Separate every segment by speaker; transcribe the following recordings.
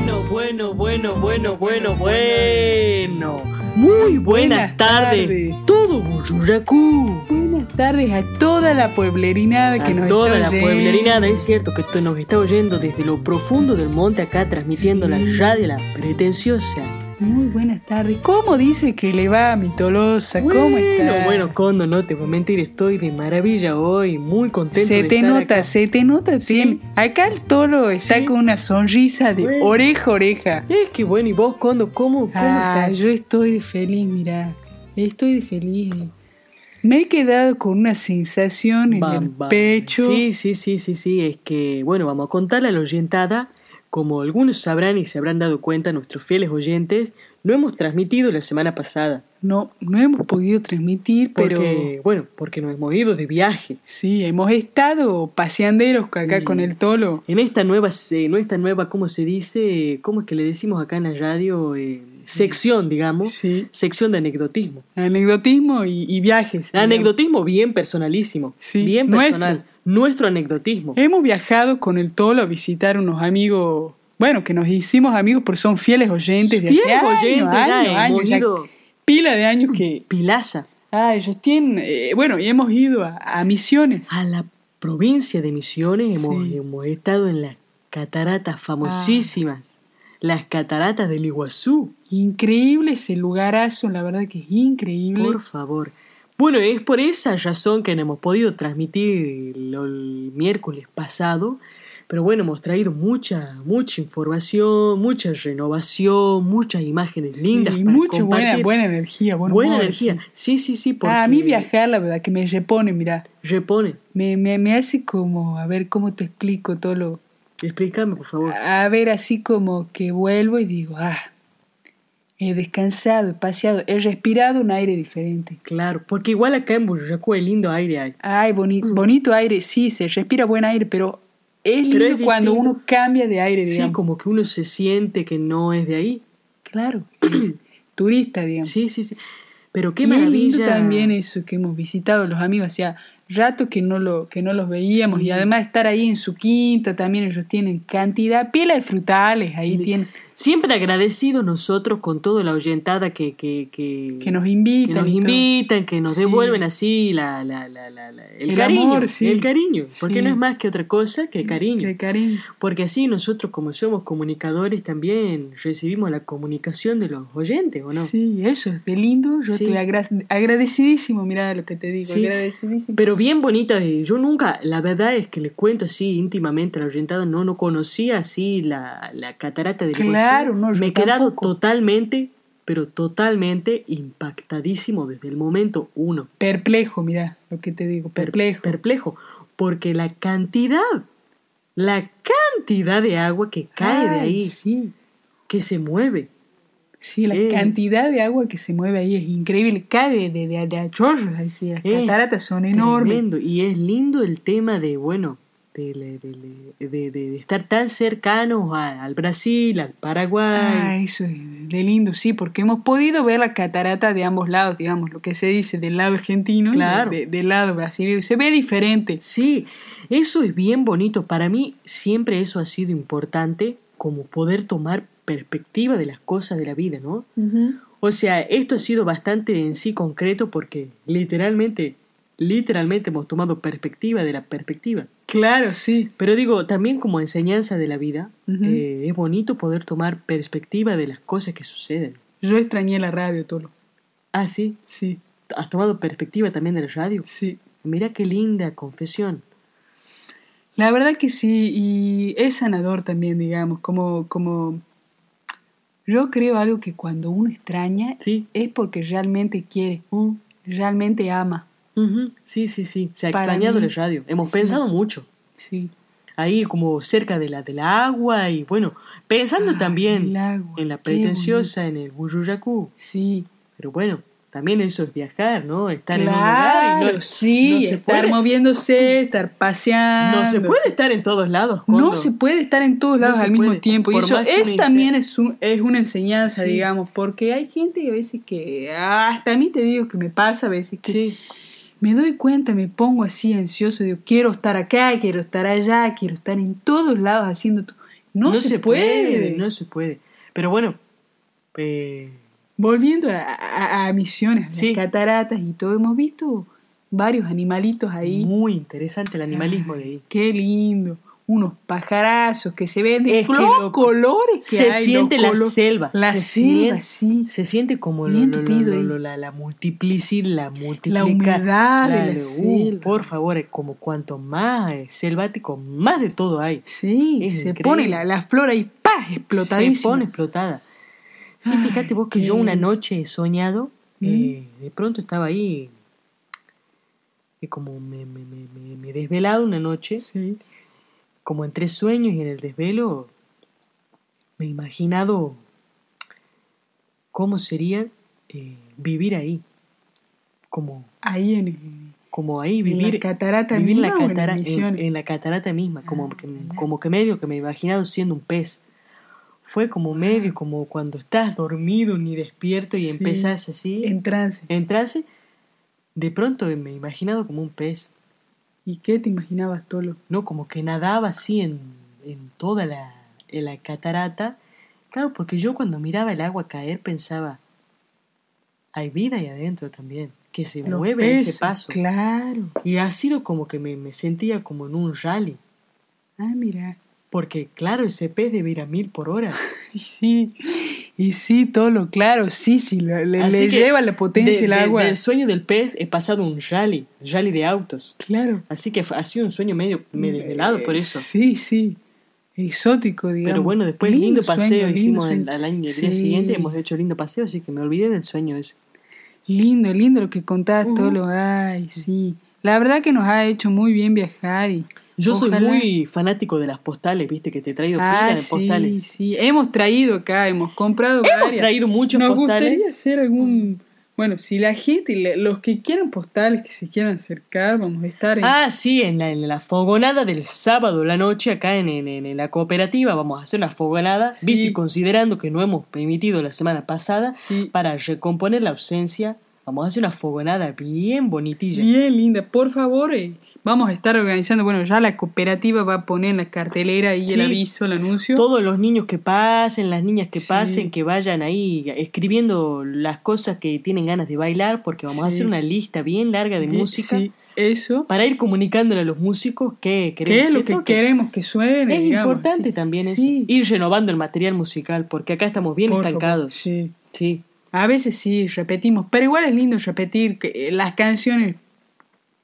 Speaker 1: Bueno, bueno, bueno, bueno, bueno. Muy buenas,
Speaker 2: Buenas
Speaker 1: tardes.
Speaker 2: tardes.
Speaker 1: Todo Bururacú.
Speaker 2: Buenas tardes a toda la pueblerinada que
Speaker 1: A
Speaker 2: nos
Speaker 1: toda la
Speaker 2: está oyendo.
Speaker 1: pueblerinada, es cierto que esto nos está oyendo desde lo profundo del monte acá transmitiendo
Speaker 2: Sí.
Speaker 1: la radio La Pretenciosa.
Speaker 2: Muy buenas tardes. ¿Cómo dice que le va a mi Tolosa? ¿Cómo
Speaker 1: bueno,
Speaker 2: está?
Speaker 1: bueno, Condo, no te voy a mentir, estoy de maravilla hoy, muy contento
Speaker 2: se
Speaker 1: de
Speaker 2: te
Speaker 1: estar
Speaker 2: nota,
Speaker 1: acá.
Speaker 2: se te nota.
Speaker 1: Sí.
Speaker 2: Bien. Acá el tolo está
Speaker 1: Sí.
Speaker 2: con una sonrisa de
Speaker 1: Bueno.
Speaker 2: oreja a oreja.
Speaker 1: Es que bueno, ¿y vos, Condo, cómo, cómo
Speaker 2: Ah,
Speaker 1: estás?
Speaker 2: yo estoy de feliz, mira. Estoy de feliz. Me he quedado con una sensación en el
Speaker 1: Bam, bam.
Speaker 2: pecho.
Speaker 1: Sí, sí, sí, sí, sí. Es que, bueno, vamos a contarle a la oyentada. Como algunos sabrán y se habrán dado cuenta, nuestros fieles oyentes, no hemos transmitido la semana pasada.
Speaker 2: No, no hemos podido transmitir, pero
Speaker 1: Porque, bueno, porque nos hemos ido de viaje.
Speaker 2: sí, hemos estado paseanderos acá
Speaker 1: Sí.
Speaker 2: con el tolo.
Speaker 1: En esta nueva, se- en esta nueva, ¿cómo se dice? ¿Cómo es que le decimos acá en la radio? Eh, sección, digamos.
Speaker 2: Sí.
Speaker 1: Sección de anecdotismo.
Speaker 2: Anecdotismo y, y viajes. digamos.
Speaker 1: Anecdotismo bien personalísimo.
Speaker 2: Sí,
Speaker 1: bien
Speaker 2: nuestro. Eh.
Speaker 1: personal. Nuestro anecdotismo.
Speaker 2: Hemos viajado con el Tolo a visitar unos amigos, bueno, que nos hicimos amigos porque son fieles oyentes. de hace
Speaker 1: Fieles
Speaker 2: años,
Speaker 1: oyentes, ya
Speaker 2: años,
Speaker 1: hemos
Speaker 2: años, ya
Speaker 1: ido.
Speaker 2: Pila de años que...
Speaker 1: Pilaza.
Speaker 2: Ah, ellos tienen... eh, bueno, y hemos ido a, a misiones.
Speaker 1: a la provincia de Misiones hemos,
Speaker 2: Sí.
Speaker 1: hemos estado en las cataratas famosísimas,
Speaker 2: Ah.
Speaker 1: las cataratas del Iguazú,
Speaker 2: Increíble ese lugarazo, la verdad que es increíble.
Speaker 1: por favor. Bueno, es por esa razón que no hemos podido transmitir el, el miércoles pasado, pero bueno, hemos traído mucha, mucha información, mucha renovación, muchas imágenes lindas.
Speaker 2: y
Speaker 1: para
Speaker 2: mucha buena,
Speaker 1: compartir.
Speaker 2: buena energía. buen
Speaker 1: Buena
Speaker 2: humor,
Speaker 1: energía.
Speaker 2: sí.
Speaker 1: Sí, sí, sí, porque
Speaker 2: Ah, a mí viajar, la verdad, que me repone, mira.
Speaker 1: repone.
Speaker 2: Me, me, me hace como, a ver, ¿cómo te explico, Tolo?
Speaker 1: Explícame, por favor.
Speaker 2: a ver así como que vuelvo y digo, ah, he descansado, he paseado, he respirado un aire diferente.
Speaker 1: Claro, porque igual acá en Burracu el lindo aire hay.
Speaker 2: Ay, boni-
Speaker 1: Mm.
Speaker 2: bonito aire, sí, se respira buen aire, pero es
Speaker 1: Pero
Speaker 2: lindo
Speaker 1: es
Speaker 2: cuando
Speaker 1: distinto.
Speaker 2: uno cambia de aire,
Speaker 1: Sí,
Speaker 2: digamos.
Speaker 1: como que uno se siente que no es de ahí.
Speaker 2: Claro, es turista, digamos.
Speaker 1: Sí, sí, sí. Pero qué
Speaker 2: y es lindo
Speaker 1: maravilla.
Speaker 2: también e- eso que hemos visitado los amigos, hacía rato que no, lo, que no los veíamos,
Speaker 1: Sí.
Speaker 2: y además estar ahí en su quinta, también ellos tienen cantidad, pila de frutales, ahí tienen,
Speaker 1: Siempre agradecidos nosotros con toda la oyentada que, que, que,
Speaker 2: que nos
Speaker 1: que
Speaker 2: invitan.
Speaker 1: nos
Speaker 2: y todo.
Speaker 1: invitan, que nos
Speaker 2: Sí.
Speaker 1: devuelven así la, la, la, la- la- el,
Speaker 2: El
Speaker 1: cariño.
Speaker 2: amor, sí.
Speaker 1: El cariño. Porque
Speaker 2: Sí. Mm,
Speaker 1: no es más que otra cosa que cariño.
Speaker 2: Qué cariño.
Speaker 1: Porque así nosotros, como somos comunicadores, también recibimos la comunicación de los oyentes, ¿o no?
Speaker 2: Sí, eso es de lindo. Yo
Speaker 1: Sí.
Speaker 2: estoy agra- agradecidísimo, mira lo que te digo,
Speaker 1: Sí,
Speaker 2: agradecidísimo.
Speaker 1: Pero bien bonita, eh, yo nunca, la verdad es que les cuento así íntimamente a la orientada, no, no conocía así la, la catarata del Iguazú.
Speaker 2: Claro, no, yo
Speaker 1: Me he quedado
Speaker 2: tampoco.
Speaker 1: totalmente, pero totalmente impactadísimo desde el momento uno.
Speaker 2: perplejo, mira lo que te digo,
Speaker 1: Per-
Speaker 2: perplejo.
Speaker 1: Perplejo, porque la cantidad, la cantidad de agua que cae de
Speaker 2: Ay,
Speaker 1: ahí,
Speaker 2: Sí,
Speaker 1: que se mueve.
Speaker 2: sí, la
Speaker 1: Eh.
Speaker 2: cantidad de agua que se mueve ahí es increíble. Cae de, de, de a chorros ahí, sí, las
Speaker 1: Eh,
Speaker 2: cataratas son enormes.
Speaker 1: Tremendo. Y es lindo el tema de, bueno, de, de- de- de- de- de estar tan cercanos a- al Brasil, al
Speaker 2: Ah,
Speaker 1: Paraguay.
Speaker 2: eso es de lindo, sí, porque hemos podido ver la catarata de ambos lados, digamos, lo que se dice del lado argentino
Speaker 1: Claro.
Speaker 2: y de- de- del lado brasileño. Se ve diferente.
Speaker 1: Sí, eso es bien bonito. Para mí siempre eso ha sido importante, como poder tomar perspectiva de las cosas de la vida, ¿no? O sea, esto ha sido bastante en sí concreto porque literalmente, literalmente hemos tomado perspectiva de la perspectiva.
Speaker 2: Claro, sí.
Speaker 1: Pero digo, también como enseñanza de la vida,
Speaker 2: Ujú.
Speaker 1: eh, es bonito poder tomar perspectiva de las cosas que suceden.
Speaker 2: Yo extrañé la radio, Tolo.
Speaker 1: Ah, sí,
Speaker 2: Sí,
Speaker 1: has tomado perspectiva también de la radio.
Speaker 2: sí.
Speaker 1: Mira qué linda confesión.
Speaker 2: La verdad que sí, y es sanador también, digamos, como, como yo creo algo que cuando uno extraña
Speaker 1: Sí.
Speaker 2: es porque realmente quiere,
Speaker 1: Mm,
Speaker 2: realmente ama.
Speaker 1: ujú. Sí, sí, sí. Se ha
Speaker 2: Para
Speaker 1: extrañado
Speaker 2: mí,
Speaker 1: la radio. Hemos
Speaker 2: sí.
Speaker 1: pensado mucho.
Speaker 2: Sí.
Speaker 1: Ahí como cerca de la del agua y bueno, pensando
Speaker 2: Ah,
Speaker 1: también
Speaker 2: el agua,
Speaker 1: en la
Speaker 2: qué
Speaker 1: pretenciosa, en el bururacú.
Speaker 2: Sí.
Speaker 1: Pero bueno, también eso es viajar, ¿no? Estar en un lugar
Speaker 2: Claro,
Speaker 1: y no,
Speaker 2: sí,
Speaker 1: no se
Speaker 2: estar
Speaker 1: puede.
Speaker 2: moviéndose, estar paseando.
Speaker 1: No se puede estar en todos lados.
Speaker 2: No
Speaker 1: Condo.
Speaker 2: se puede estar en todos
Speaker 1: No
Speaker 2: lados
Speaker 1: se
Speaker 2: al
Speaker 1: puede,
Speaker 2: mismo tiempo. Y
Speaker 1: por
Speaker 2: eso
Speaker 1: más que
Speaker 2: es
Speaker 1: me
Speaker 2: también es, un- es una enseñanza,
Speaker 1: Sí.
Speaker 2: digamos, porque hay gente que a veces que, hasta a mí te digo que me pasa a veces que
Speaker 1: Sí.
Speaker 2: me doy cuenta, me pongo así ansioso, digo, quiero estar acá, quiero estar allá, quiero estar en todos lados haciendo... to-". No, se, puede.
Speaker 1: no se puede. Pero bueno, eh,
Speaker 2: Volviendo a, a- a misiones,
Speaker 1: Sí.
Speaker 2: las cataratas y todo, hemos visto varios animalitos ahí.
Speaker 1: muy interesante el animalismo de ahí.
Speaker 2: Qué lindo. Unos pajarazos que se ven de
Speaker 1: Es que
Speaker 2: los
Speaker 1: lo-
Speaker 2: colores que
Speaker 1: se
Speaker 2: hay,
Speaker 1: siente
Speaker 2: los
Speaker 1: la
Speaker 2: colo-
Speaker 1: selva,
Speaker 2: La
Speaker 1: se siente-
Speaker 2: selva, sí.
Speaker 1: Se siente como lo-
Speaker 2: Bien
Speaker 1: lo- lo-
Speaker 2: tupido,
Speaker 1: lo-
Speaker 2: ¿eh?
Speaker 1: lo- la, la multiplicidad, la multiplica-
Speaker 2: La humedad de
Speaker 1: uh,
Speaker 2: la selva.
Speaker 1: Por favor, eh, como cuanto más eh, selvático, más de todo hay.
Speaker 2: Sí,
Speaker 1: Es
Speaker 2: se
Speaker 1: increíble.
Speaker 2: pone la, la flora y ¡pah! explotadísima.
Speaker 1: Se pone explotada. Sí, fíjate vos que
Speaker 2: qué
Speaker 1: yo una
Speaker 2: lindo.
Speaker 1: noche he soñado,
Speaker 2: Mm.
Speaker 1: eh, de pronto estaba ahí, eh, como me, me, me, me- me he desvelado una noche,
Speaker 2: Sí.
Speaker 1: como entre sueños y en el desvelo, me he imaginado cómo sería eh, vivir ahí, como,
Speaker 2: Ahí en, en
Speaker 1: como ahí
Speaker 2: la
Speaker 1: vivir.
Speaker 2: catarata
Speaker 1: vivir en la,
Speaker 2: misma o en
Speaker 1: catara- en-
Speaker 2: Misiones?
Speaker 1: en la catarata misma, como,
Speaker 2: Ah,
Speaker 1: que,
Speaker 2: mira.
Speaker 1: como que medio que me he imaginado siendo un pez. Fue como medio, como cuando estás dormido ni despierto y
Speaker 2: Ah. Sí.
Speaker 1: empezás así,
Speaker 2: en trance.
Speaker 1: entrase, de pronto me he imaginado como un pez,
Speaker 2: ¿Y qué te imaginabas, Tolo?
Speaker 1: ¿no? Como que nadaba así en, en toda la, en la catarata. Claro, porque yo cuando miraba el agua caer pensaba, hay vida ahí adentro también, que se
Speaker 2: Los
Speaker 1: mueve
Speaker 2: peces,
Speaker 1: ese paso.
Speaker 2: Claro.
Speaker 1: Y ha sido como que me, me sentía como en un rally.
Speaker 2: Ah, mira.
Speaker 1: Porque, claro, ese pez debe ir a mil por hora.
Speaker 2: Y sí, y sí, Tolo, claro, sí, sí. Le, le-
Speaker 1: Así
Speaker 2: le
Speaker 1: que
Speaker 2: lleva la potencia
Speaker 1: de-
Speaker 2: el
Speaker 1: de-
Speaker 2: agua.
Speaker 1: del sueño del pez he pasado un rally, rally de autos.
Speaker 2: Claro.
Speaker 1: Así que ha sido un sueño medio me desvelado por
Speaker 2: Eh,
Speaker 1: eso.
Speaker 2: Sí, sí. Exótico, digamos.
Speaker 1: Pero bueno, después lindo, paseo
Speaker 2: sueño, lindo
Speaker 1: hicimos el-
Speaker 2: sueño.
Speaker 1: al año del
Speaker 2: Sí.
Speaker 1: día siguiente, hemos hecho lindo paseo, así que me olvidé del sueño ese.
Speaker 2: Lindo, lindo lo que contabas,
Speaker 1: Ujú.
Speaker 2: Tolo. Ay, sí. La verdad que nos ha hecho muy bien viajar y.
Speaker 1: Yo soy
Speaker 2: ojalá-
Speaker 1: muy fanático de las postales, viste que te he traído
Speaker 2: Ah,
Speaker 1: pila de
Speaker 2: sí,
Speaker 1: postales.
Speaker 2: sí. Hemos traído acá, hemos comprado
Speaker 1: Hemos
Speaker 2: varias.
Speaker 1: traído muchos
Speaker 2: Nos
Speaker 1: postales.
Speaker 2: gustaría hacer algún... Bueno, si la gente, le- los que quieran postales, que se quieran acercar, vamos a estar en...
Speaker 1: Ah, sí, en la, en la fogonada del sábado la noche acá en, en- en- en la cooperativa vamos a hacer una fogonada,
Speaker 2: Sí.
Speaker 1: viste, y considerando que no hemos permitido la semana pasada,
Speaker 2: Sí.
Speaker 1: para recomponer la ausencia, vamos a hacer una fogonada bien bonitilla.
Speaker 2: Bien, linda. Por favor, eh, vamos a estar organizando... Bueno, ya la cooperativa va a poner en la cartelera y
Speaker 1: Sí.
Speaker 2: el aviso, el anuncio.
Speaker 1: Todos los niños que pasen, las niñas que
Speaker 2: Sí.
Speaker 1: pasen, que vayan ahí escribiendo las cosas que tienen ganas de bailar, porque vamos a
Speaker 2: Sí.
Speaker 1: hacer una lista bien larga de
Speaker 2: Bien,
Speaker 1: música.
Speaker 2: Sí, eso.
Speaker 1: Para ir comunicándole a los músicos qué
Speaker 2: ¿Qué
Speaker 1: queremos
Speaker 2: es lo que
Speaker 1: toquen.
Speaker 2: queremos que suene?
Speaker 1: Es
Speaker 2: digamos,
Speaker 1: importante
Speaker 2: sí.
Speaker 1: también eso.
Speaker 2: Sí,
Speaker 1: Ir renovando el material musical, porque acá estamos bien
Speaker 2: por favor,
Speaker 1: estancados.
Speaker 2: Sí.
Speaker 1: Sí.
Speaker 2: A veces sí, repetimos, pero igual es lindo repetir que, eh, las canciones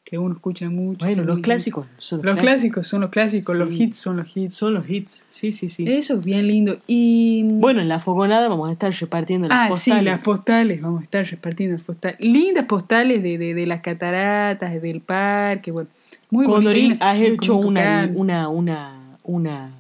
Speaker 2: que uno escucha mucho.
Speaker 1: Bueno,
Speaker 2: que
Speaker 1: los
Speaker 2: uno-
Speaker 1: clásicos son
Speaker 2: Los,
Speaker 1: los,
Speaker 2: clásicos. son los clásicos, los
Speaker 1: Sí.
Speaker 2: hits son los hits.
Speaker 1: Son los hits. Sí, sí, sí.
Speaker 2: Eso es bien lindo. Y...
Speaker 1: Eh, Bueno, en la fogonada vamos a estar repartiendo las
Speaker 2: ah,
Speaker 1: postales.
Speaker 2: sí, las postales, vamos a estar repartiendo las postales. Lindas postales de, de, de las cataratas, del parque, bueno. Muy
Speaker 1: Condorín,
Speaker 2: bonita,
Speaker 1: has
Speaker 2: muy
Speaker 1: hecho
Speaker 2: bonito
Speaker 1: una,
Speaker 2: can.
Speaker 1: una, una, una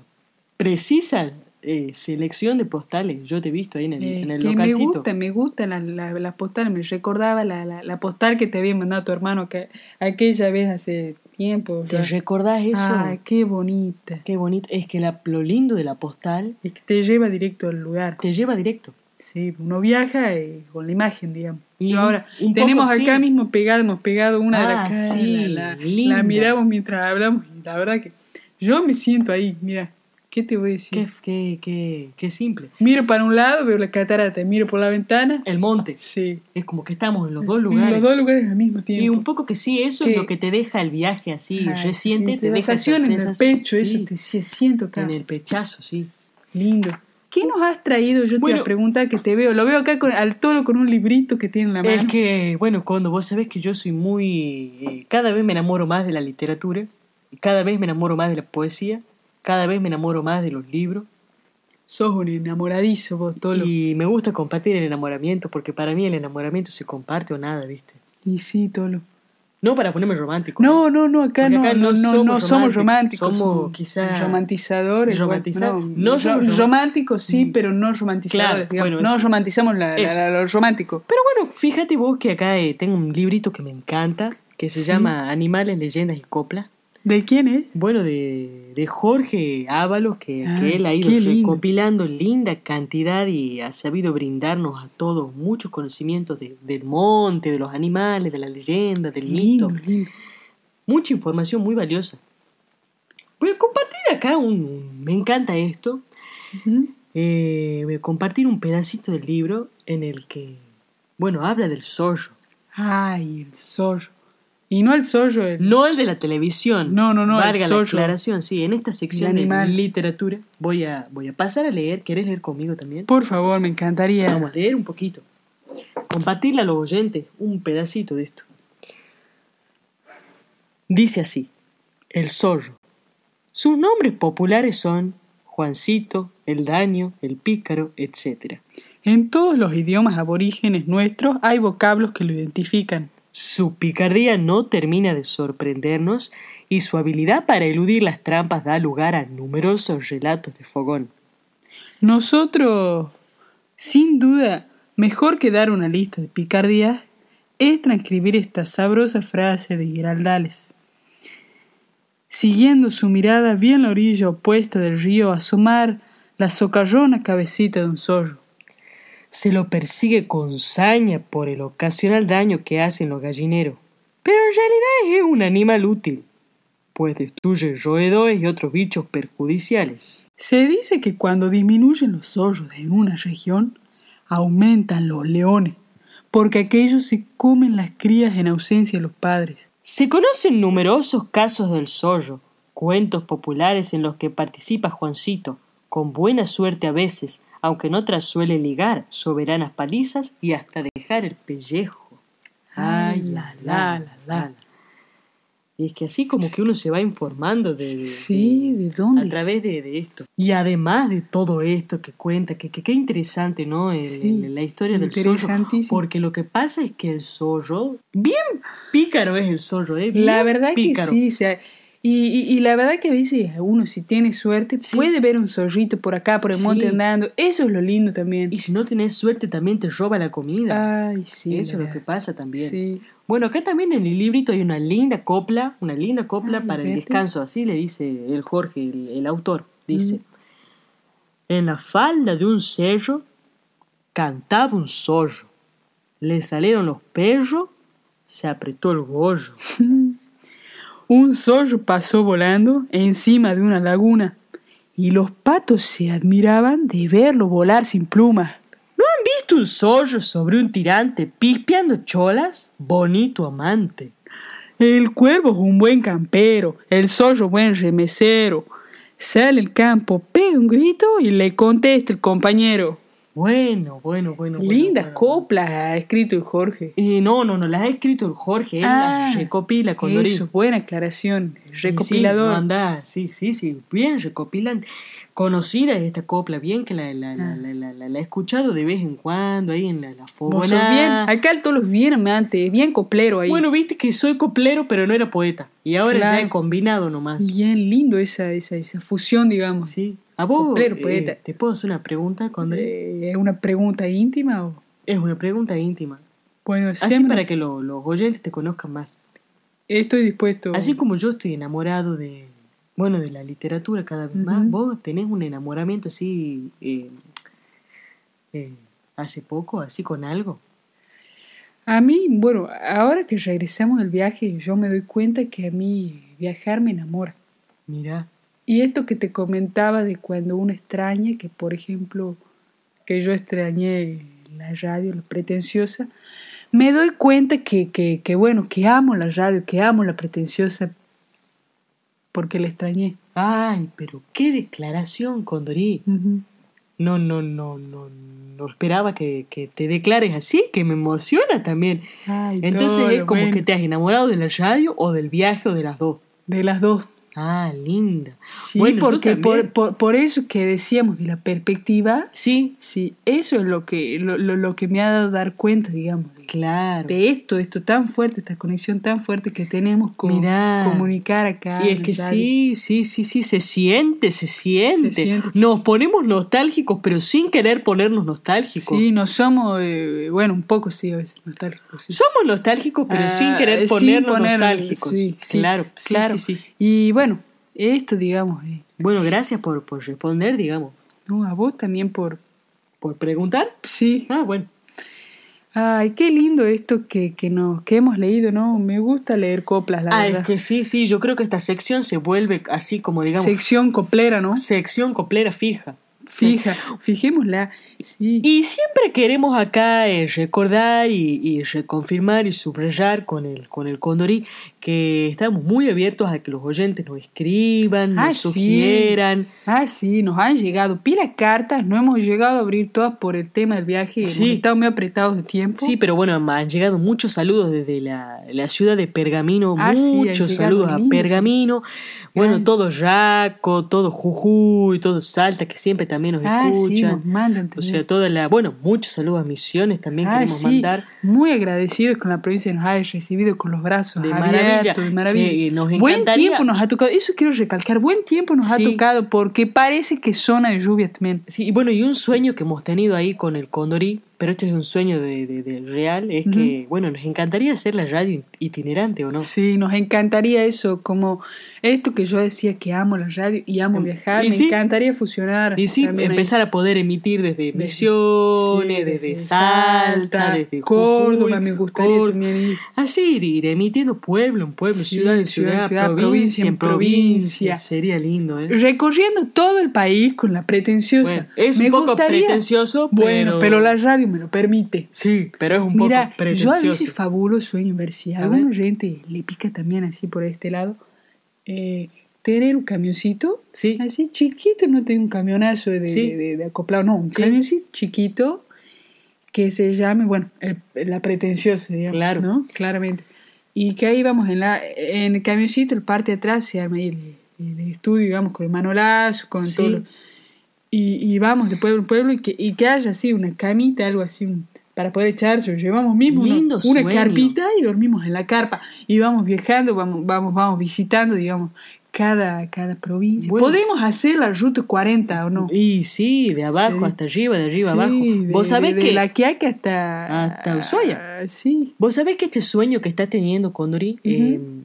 Speaker 1: precisa eh, selección de postales. Yo te he visto ahí en el,
Speaker 2: Eh,
Speaker 1: en el
Speaker 2: que me
Speaker 1: localcito.
Speaker 2: gusta, me gustan las las- las postales. Me recordaba la, la, la postal que te había mandado tu hermano que, aquella vez hace tiempo.
Speaker 1: ¿Te
Speaker 2: ya.
Speaker 1: recordás eso?
Speaker 2: Ay, qué bonita.
Speaker 1: Qué bonito. Es que la- lo lindo de la postal
Speaker 2: Y que te lleva directo al lugar.
Speaker 1: te lleva directo.
Speaker 2: Sí, uno viaja eh, con la imagen, digamos.
Speaker 1: Y
Speaker 2: Yo
Speaker 1: un-
Speaker 2: ahora
Speaker 1: un poco
Speaker 2: tenemos acá
Speaker 1: sí.
Speaker 2: mismo pegado, hemos pegado una de
Speaker 1: Ah,
Speaker 2: las caras,
Speaker 1: sí,
Speaker 2: la, la-
Speaker 1: linda.
Speaker 2: la miramos mientras hablamos y la verdad que yo me siento ahí, mira, ¿qué te voy a decir?
Speaker 1: Qué, qué, qué, qué simple.
Speaker 2: Miro para un lado, veo la catarata, miro por la ventana,
Speaker 1: El monte.
Speaker 2: sí,
Speaker 1: Es como que estamos en los Eh, dos
Speaker 2: En
Speaker 1: lugares.
Speaker 2: los dos lugares al mismo tiempo.
Speaker 1: Y un poco que sí, eso es
Speaker 2: Que-
Speaker 1: lo que te deja el viaje así
Speaker 2: Ay,
Speaker 1: reciente,
Speaker 2: sí,
Speaker 1: te
Speaker 2: da
Speaker 1: deja esa
Speaker 2: sensación en el
Speaker 1: sensación,
Speaker 2: pecho,
Speaker 1: sí,
Speaker 2: eso te sí, siento acá.
Speaker 1: en el pechazo, sí.
Speaker 2: Lindo. ¿Qué nos has traído? Yo te
Speaker 1: Bueno.
Speaker 2: voy a preguntar que te veo. Lo veo acá con, al toro con un librito que tiene en la mano.
Speaker 1: Es que, bueno, cuando vos sabés que yo soy muy... eh, cada vez me enamoro más de la literatura, y cada vez me enamoro más de la poesía, cada vez me enamoro más de los libros,
Speaker 2: Sos un enamoradizo vos, Tolo. Y,
Speaker 1: y me gusta compartir el enamoramiento, porque para mí el enamoramiento se comparte o nada, ¿viste?
Speaker 2: sí, Tolo.
Speaker 1: No para ponerme romántico.
Speaker 2: No, no, no, acá,
Speaker 1: Porque
Speaker 2: no,
Speaker 1: acá
Speaker 2: no,
Speaker 1: no
Speaker 2: no,
Speaker 1: somos
Speaker 2: no somos
Speaker 1: románticos,
Speaker 2: románticos.
Speaker 1: somos
Speaker 2: somos
Speaker 1: quizá
Speaker 2: romantizadores. bueno,
Speaker 1: romantizadores.
Speaker 2: no,
Speaker 1: No
Speaker 2: ro-
Speaker 1: somos rom- Mm.
Speaker 2: románticos, sí, pero no romantizadores.
Speaker 1: Claro,
Speaker 2: digamos.
Speaker 1: bueno,
Speaker 2: no
Speaker 1: eso.
Speaker 2: romantizamos la- la-
Speaker 1: Eso.
Speaker 2: la- lo romántico.
Speaker 1: Pero bueno, fíjate vos que acá eh, tengo un librito que me encanta, que se llama Animales, Leyendas y Coplas.
Speaker 2: ¿De quién es?
Speaker 1: Bueno, de, de Jorge Ábalos, que,
Speaker 2: Ah,
Speaker 1: que él ha ido
Speaker 2: qué lindo.
Speaker 1: recopilando linda cantidad y ha sabido brindarnos a todos muchos conocimientos de- del monte, de los animales, de la leyenda, del mito.
Speaker 2: lindo.
Speaker 1: Mucha información muy valiosa. Voy a compartir acá un... un- me encanta esto.
Speaker 2: Ujú.
Speaker 1: eh, compartir un pedacito del libro en el que, bueno, habla del sollo.
Speaker 2: Ay, el sollo. Y no el sollo, el...
Speaker 1: No el de la televisión.
Speaker 2: No, no, no, el
Speaker 1: Valga la
Speaker 2: sollo.
Speaker 1: aclaración, sí. En esta sección
Speaker 2: El
Speaker 1: de
Speaker 2: animal.
Speaker 1: literatura voy a, voy a pasar a leer. ¿Querés leer conmigo también?
Speaker 2: Por favor, me encantaría.
Speaker 1: Vamos a leer un poquito. Compartirle a los oyentes un pedacito de esto. Dice así, el zorro. Sus nombres populares son Juancito, el daño, el pícaro, etc.
Speaker 2: En todos los idiomas aborígenes nuestros hay vocablos que lo identifican.
Speaker 1: Su picardía no termina de sorprendernos y su habilidad para eludir las trampas da lugar a numerosos relatos de fogón.
Speaker 2: Nosotros, sin duda, mejor que dar una lista de picardías es transcribir esta sabrosa frase de Giraldales. Siguiendo su mirada bien la orilla opuesta del río, asomar la socallona cabecita de un zorro.
Speaker 1: Se lo persigue con saña por el ocasional daño que hacen los gallineros. Pero en realidad es un animal útil, pues destruye roedores y otros bichos perjudiciales.
Speaker 2: Se dice que cuando disminuyen los zorros en una región, aumentan los leones, porque aquellos se comen las crías en ausencia de los padres.
Speaker 1: Se conocen numerosos casos del zorro, cuentos populares en los que participa Juancito, con buena suerte a veces, aunque en otras suele ligar soberanas palizas y hasta dejar el pellejo.
Speaker 2: Ay, la, la, la, la.
Speaker 1: Y es que así como que uno se va informando de, de-
Speaker 2: ¿de
Speaker 1: a través de, de esto. Y además de todo esto que cuenta, que qué interesante, ¿no? El-
Speaker 2: Sí,
Speaker 1: el- la historia del zorro.
Speaker 2: interesantísimo.
Speaker 1: Porque lo que pasa es que el zorro, bien pícaro es el zorro, ¿eh? Bien
Speaker 2: La verdad
Speaker 1: pícaro.
Speaker 2: que sí, o sea, y, y- y la verdad que a veces uno si tiene suerte
Speaker 1: Sí.
Speaker 2: puede ver un zorrito por acá, por el
Speaker 1: Sí.
Speaker 2: monte andando, eso es lo lindo también.
Speaker 1: Y si no tenés suerte también te roba la comida.
Speaker 2: Ay, Ah, sí.
Speaker 1: Eso es
Speaker 2: la
Speaker 1: lo que
Speaker 2: verdad.
Speaker 1: pasa también.
Speaker 2: Sí.
Speaker 1: Bueno, acá también en el librito hay una linda copla, una linda copla
Speaker 2: Ay,
Speaker 1: para el
Speaker 2: Ah, vete.
Speaker 1: descanso, así le dice el Jorge, el, el autor,
Speaker 2: Mm.
Speaker 1: dice. En la falda de un cerro cantaba un zorro, le salieron los perros, se apretó el gorro.
Speaker 2: Un zorro pasó volando encima de una laguna y los patos se admiraban de verlo volar sin plumas.
Speaker 1: ¿No han visto un zorro sobre un tirante pispeando cholas? Bonito amante.
Speaker 2: El cuervo es un buen campero, el zorro buen remesero. Sale al campo, pega un grito y le contesta el compañero.
Speaker 1: Bueno, bueno, bueno. bueno,
Speaker 2: Lindas
Speaker 1: bueno.
Speaker 2: coplas ha escrito el Jorge.
Speaker 1: Eh, no, no, no, las ha escrito el Jorge, él
Speaker 2: Ah,
Speaker 1: las recopila con
Speaker 2: Eso, buena aclaración.
Speaker 1: Sí, no
Speaker 2: Recopilador.
Speaker 1: anda, sí, sí, sí, bien recopilan. Conocida es esta copla, bien que la, la, la, la, la- la- la he escuchado de vez en cuando ahí en la, la
Speaker 2: Ah. Vos sos bien.
Speaker 1: fogoná.
Speaker 2: Acá el todos los bien amante, bien coplero ahí.
Speaker 1: Bueno, viste que soy coplero, pero no era poeta. Y ahora ya
Speaker 2: Claro.
Speaker 1: he combinado nomás.
Speaker 2: bien lindo esa, esa, esa fusión, digamos.
Speaker 1: Sí. A vos,
Speaker 2: Coplero,
Speaker 1: eh,
Speaker 2: poeta.
Speaker 1: ¿te puedo hacer una pregunta, Condre?
Speaker 2: Eh, ¿Es una pregunta íntima o...?
Speaker 1: Es una pregunta íntima.
Speaker 2: Bueno,
Speaker 1: Así
Speaker 2: siempre
Speaker 1: para que lo- los oyentes te conozcan más.
Speaker 2: estoy dispuesto.
Speaker 1: Así como yo estoy enamorado de, bueno, de la literatura cada vez más,
Speaker 2: Ujú.
Speaker 1: vos tenés un enamoramiento así eh, eh, hace poco, así con algo.
Speaker 2: A mí, bueno, ahora que regresamos del viaje, yo me doy cuenta que a mí viajar me enamora.
Speaker 1: Mirá,
Speaker 2: Y esto que te comentaba de cuando uno extraña, que por ejemplo, que yo extrañé la radio, la pretenciosa, me doy cuenta que, que, que bueno, que amo la radio, que amo la pretenciosa, porque la extrañé.
Speaker 1: ay, pero qué declaración, Condorí. No, no, no, no, no esperaba que, que te declares así, que me emociona también.
Speaker 2: Ay,
Speaker 1: Entonces es
Speaker 2: Toro,
Speaker 1: como
Speaker 2: bueno.
Speaker 1: que te has enamorado de la radio o del viaje o de las dos.
Speaker 2: De las dos.
Speaker 1: Ah, linda.
Speaker 2: Sí,
Speaker 1: Bueno, yo
Speaker 2: porque por,
Speaker 1: también.
Speaker 2: por, por eso que decíamos de la perspectiva,
Speaker 1: Sí,
Speaker 2: sí, eso es lo que, lo, lo- lo que me ha dado dar cuenta, digamos, de,
Speaker 1: claro.
Speaker 2: de esto, esto tan fuerte, esta conexión tan fuerte que tenemos con
Speaker 1: Mirá.
Speaker 2: comunicar acá.
Speaker 1: Y es que
Speaker 2: ¿verdad?
Speaker 1: sí, sí, sí, sí, se siente, se siente.
Speaker 2: Se siente.
Speaker 1: Nos ponemos nostálgicos, pero sin querer ponernos nostálgicos.
Speaker 2: Sí, no somos, eh, bueno, un poco sí, a veces nostálgicos. sí.
Speaker 1: Somos nostálgicos, pero
Speaker 2: Ah,
Speaker 1: sin querer
Speaker 2: sin
Speaker 1: ponernos
Speaker 2: poner-
Speaker 1: nostálgicos.
Speaker 2: sí, sí,
Speaker 1: claro, sí, sí,
Speaker 2: claro.
Speaker 1: sí.
Speaker 2: Y bueno, esto, digamos, eh,
Speaker 1: Bueno, gracias por, por responder, digamos,
Speaker 2: no, a vos también por...
Speaker 1: por preguntar.
Speaker 2: Sí.
Speaker 1: Ah, bueno.
Speaker 2: Ay, qué lindo esto que, que, nos, que hemos leído, ¿no? Me gusta leer coplas, la
Speaker 1: ah,
Speaker 2: verdad.
Speaker 1: es que sí, sí, yo creo que esta sección se vuelve así como, digamos,
Speaker 2: Sección coplera, ¿no?
Speaker 1: sección coplera fija.
Speaker 2: Fija, fijémosla. Sí.
Speaker 1: Y siempre queremos acá eh, recordar y, y, reconfirmar y subrayar con el, con el Condorí que estamos muy abiertos a que los oyentes nos escriban, nos ah, sugieran.
Speaker 2: Sí. Ah, sí, nos han llegado pila cartas, no hemos llegado a abrir todas por el tema del viaje, sí. hemos estado muy apretados de tiempo.
Speaker 1: Sí, pero bueno, han llegado muchos saludos desde la, la ciudad de Pergamino, ah, muchos sí, saludos a niños. Pergamino. Bueno, Ay. todo Yaco, todo Jujuy, todo Salta, que siempre también nos ah, escuchan. Sí, nos
Speaker 2: mandan
Speaker 1: o sea, toda la, bueno, muchos saludos a Misiones también
Speaker 2: ah,
Speaker 1: queremos
Speaker 2: sí.
Speaker 1: mandar.
Speaker 2: Muy agradecidos con la provincia de nos ha recibido con los brazos de abiertos, maravilla. De maravilla.
Speaker 1: Que nos
Speaker 2: buen tiempo nos ha tocado, eso quiero recalcar, buen tiempo nos sí. ha tocado porque parece que zona de lluvia también.
Speaker 1: Sí, y bueno, y un sueño que hemos tenido ahí con el Condorí, pero este es un sueño de, de, de real, es uh -huh. que, bueno, nos encantaría hacer la radio itinerante, ¿o no?
Speaker 2: Sí, nos encantaría eso, como esto que yo decía que amo la radio y amo viajar, y me sí. encantaría fusionar.
Speaker 1: Em, Y sí, empezar ahí. a poder emitir desde, desde Misiones, sí, desde, desde, Salta, Salta desde
Speaker 2: Córdoba, Jujuy, me gustaría Córdoba. también ir.
Speaker 1: Así, ir emitiendo pueblo en pueblo, sí, ciudad en ciudad, ciudad, provincia en provincia. Sería lindo, ¿eh?
Speaker 2: Recorriendo todo el país con la pretenciosa. Bueno,
Speaker 1: es me un poco gustaría. pretencioso, pero...
Speaker 2: Bueno, pero la radio me lo permite.
Speaker 1: Sí, pero es un Mira, poco pretencioso.
Speaker 2: Yo a veces fabulo sueño, ver si a algún oyente le pica también así por este lado. Eh, tener un camioncito,
Speaker 1: sí.
Speaker 2: así chiquito, no tengo un camionazo de, sí. de, de, de acoplado, no, un sí. camioncito chiquito que se llame, bueno, eh, la pretenciosa, digamos,
Speaker 1: claro.
Speaker 2: ¿no? Claramente. Y que ahí vamos, en, la, en el camioncito, el parte de atrás se arma ahí el, el, el estudio, digamos, con el manolazo, con todo lo, y, y, vamos de pueblo en pueblo y que, y que haya así una camita, algo así, un, para poder echarse. Llevamos mismo
Speaker 1: Lindo
Speaker 2: una,
Speaker 1: sueño.
Speaker 2: carpita y dormimos en la carpa. Y vamos viajando, vamos, vamos, vamos visitando, digamos, cada, cada provincia.
Speaker 1: Bueno.
Speaker 2: ¿Podemos hacer la ruta 40 o no?
Speaker 1: Y sí, de abajo sí. hasta arriba, de arriba
Speaker 2: sí,
Speaker 1: abajo. Vos
Speaker 2: de,
Speaker 1: sabés
Speaker 2: de,
Speaker 1: que.
Speaker 2: De la Quiaca hasta.
Speaker 1: Hasta Ushuaia.
Speaker 2: Uh, sí.
Speaker 1: Vos sabés que este sueño que está teniendo Condori. Uh -huh. eh,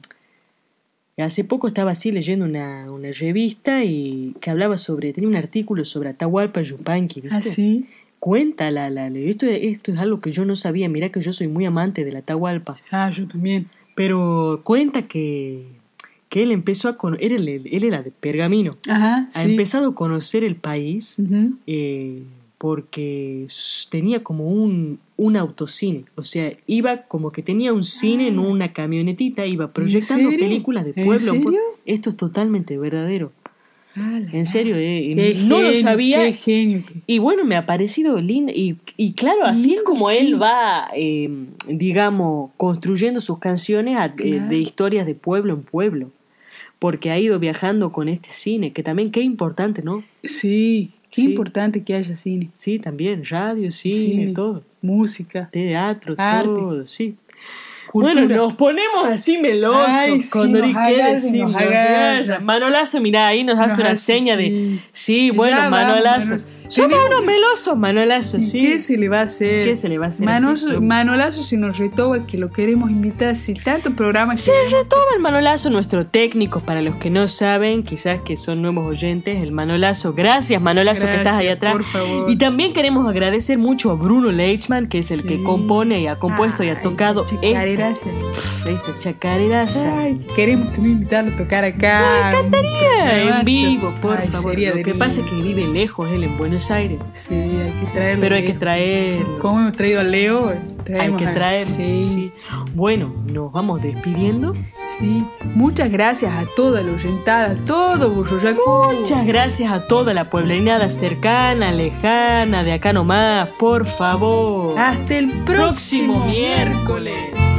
Speaker 1: Hace poco estaba así leyendo una, una, revista y que hablaba sobre, tenía un artículo sobre Atahualpa Yupanqui, ¿viste?
Speaker 2: ¿Ah, sí?
Speaker 1: Cuenta la, la, esto, esto es algo que yo no sabía, mira que yo soy muy amante de la Atahualpa.
Speaker 2: Ah, yo también.
Speaker 1: Pero cuenta que, que él empezó a conocer, él, él, era de Pergamino,
Speaker 2: Ajá, sí.
Speaker 1: ha empezado a conocer el país
Speaker 2: uh -huh.
Speaker 1: eh, porque tenía como un, un autocine. O sea, iba como que tenía un cine en una camionetita, iba proyectando películas de pueblo.
Speaker 2: Ah. ¿En serio?
Speaker 1: Esto es totalmente verdadero.
Speaker 2: Ah,
Speaker 1: en serio, eh,
Speaker 2: qué
Speaker 1: no
Speaker 2: genio,
Speaker 1: lo sabía.
Speaker 2: Qué genio.
Speaker 1: Y bueno, me ha parecido lindo. Y, y claro, así es como
Speaker 2: sí.
Speaker 1: él va, eh, digamos, construyendo sus canciones a,
Speaker 2: Claro.
Speaker 1: eh, de historias de pueblo en pueblo. Porque ha ido viajando con este cine, que también qué importante, ¿no?
Speaker 2: Sí, qué
Speaker 1: Sí.
Speaker 2: importante que haya cine.
Speaker 1: Sí, también, radio, cine,
Speaker 2: Cine.
Speaker 1: todo.
Speaker 2: Música.
Speaker 1: Teatro,
Speaker 2: Arte.
Speaker 1: todo, sí.
Speaker 2: Cultura.
Speaker 1: Bueno, nos ponemos así melosos
Speaker 2: Ay, sí,
Speaker 1: cuando
Speaker 2: nos
Speaker 1: ni qué
Speaker 2: agarra,
Speaker 1: decir,
Speaker 2: nos
Speaker 1: nos
Speaker 2: agarra.
Speaker 1: agarra. Manolazo, mirá, ahí nos hace
Speaker 2: Nos
Speaker 1: una
Speaker 2: hace,
Speaker 1: seña de.
Speaker 2: sí.
Speaker 1: Sí, bueno,
Speaker 2: Ya vamos,
Speaker 1: Manolazo.
Speaker 2: Manolazo.
Speaker 1: Somos
Speaker 2: Tenemos-
Speaker 1: unos melosos, Manolazo,
Speaker 2: ¿Y
Speaker 1: pues, sí.
Speaker 2: ¿Qué se le va a hacer?
Speaker 1: ¿Qué se le va a hacer?
Speaker 2: Manos-
Speaker 1: Así que-
Speaker 2: Manolazo si nos retoba que lo queremos invitar si tanto programa que-
Speaker 1: Se retoma el Manolazo, nuestro técnico, para los que no saben, quizás que son nuevos oyentes, el Manolazo. Gracias, Manolazo, que estás ahí
Speaker 2: Gracias,
Speaker 1: atrás.
Speaker 2: por favor.
Speaker 1: Y también queremos agradecer mucho a Bruno Leichman, que es el que
Speaker 2: Sí.
Speaker 1: compone y ha compuesto y
Speaker 2: Ay,
Speaker 1: ha tocado
Speaker 2: qué
Speaker 1: esta,
Speaker 2: chacareraza.
Speaker 1: esta chacareraza.
Speaker 2: Ay, queremos también invitarlo a tocar acá.
Speaker 1: en
Speaker 2: Manolazo.
Speaker 1: vivo, por
Speaker 2: Ay,
Speaker 1: favor.
Speaker 2: sería
Speaker 1: Lo
Speaker 2: de
Speaker 1: que
Speaker 2: mí.
Speaker 1: pasa es que vive lejos él en Buenos Aires,
Speaker 2: Sí, hay que traerlo.
Speaker 1: pero hay que
Speaker 2: Leo.
Speaker 1: traerlo.
Speaker 2: Como hemos traído a Leo,
Speaker 1: Hay
Speaker 2: traemos
Speaker 1: que
Speaker 2: a-
Speaker 1: traerlo.
Speaker 2: Ah, Sí,
Speaker 1: sí. Bueno, nos vamos despidiendo.
Speaker 2: sí. Muchas gracias a toda la oyentada, a todo Burroyacú.
Speaker 1: Muchas gracias a toda la pueblinada cercana, lejana, de acá nomás, por favor.
Speaker 2: Hasta el
Speaker 1: próximo
Speaker 2: próximo
Speaker 1: miércoles.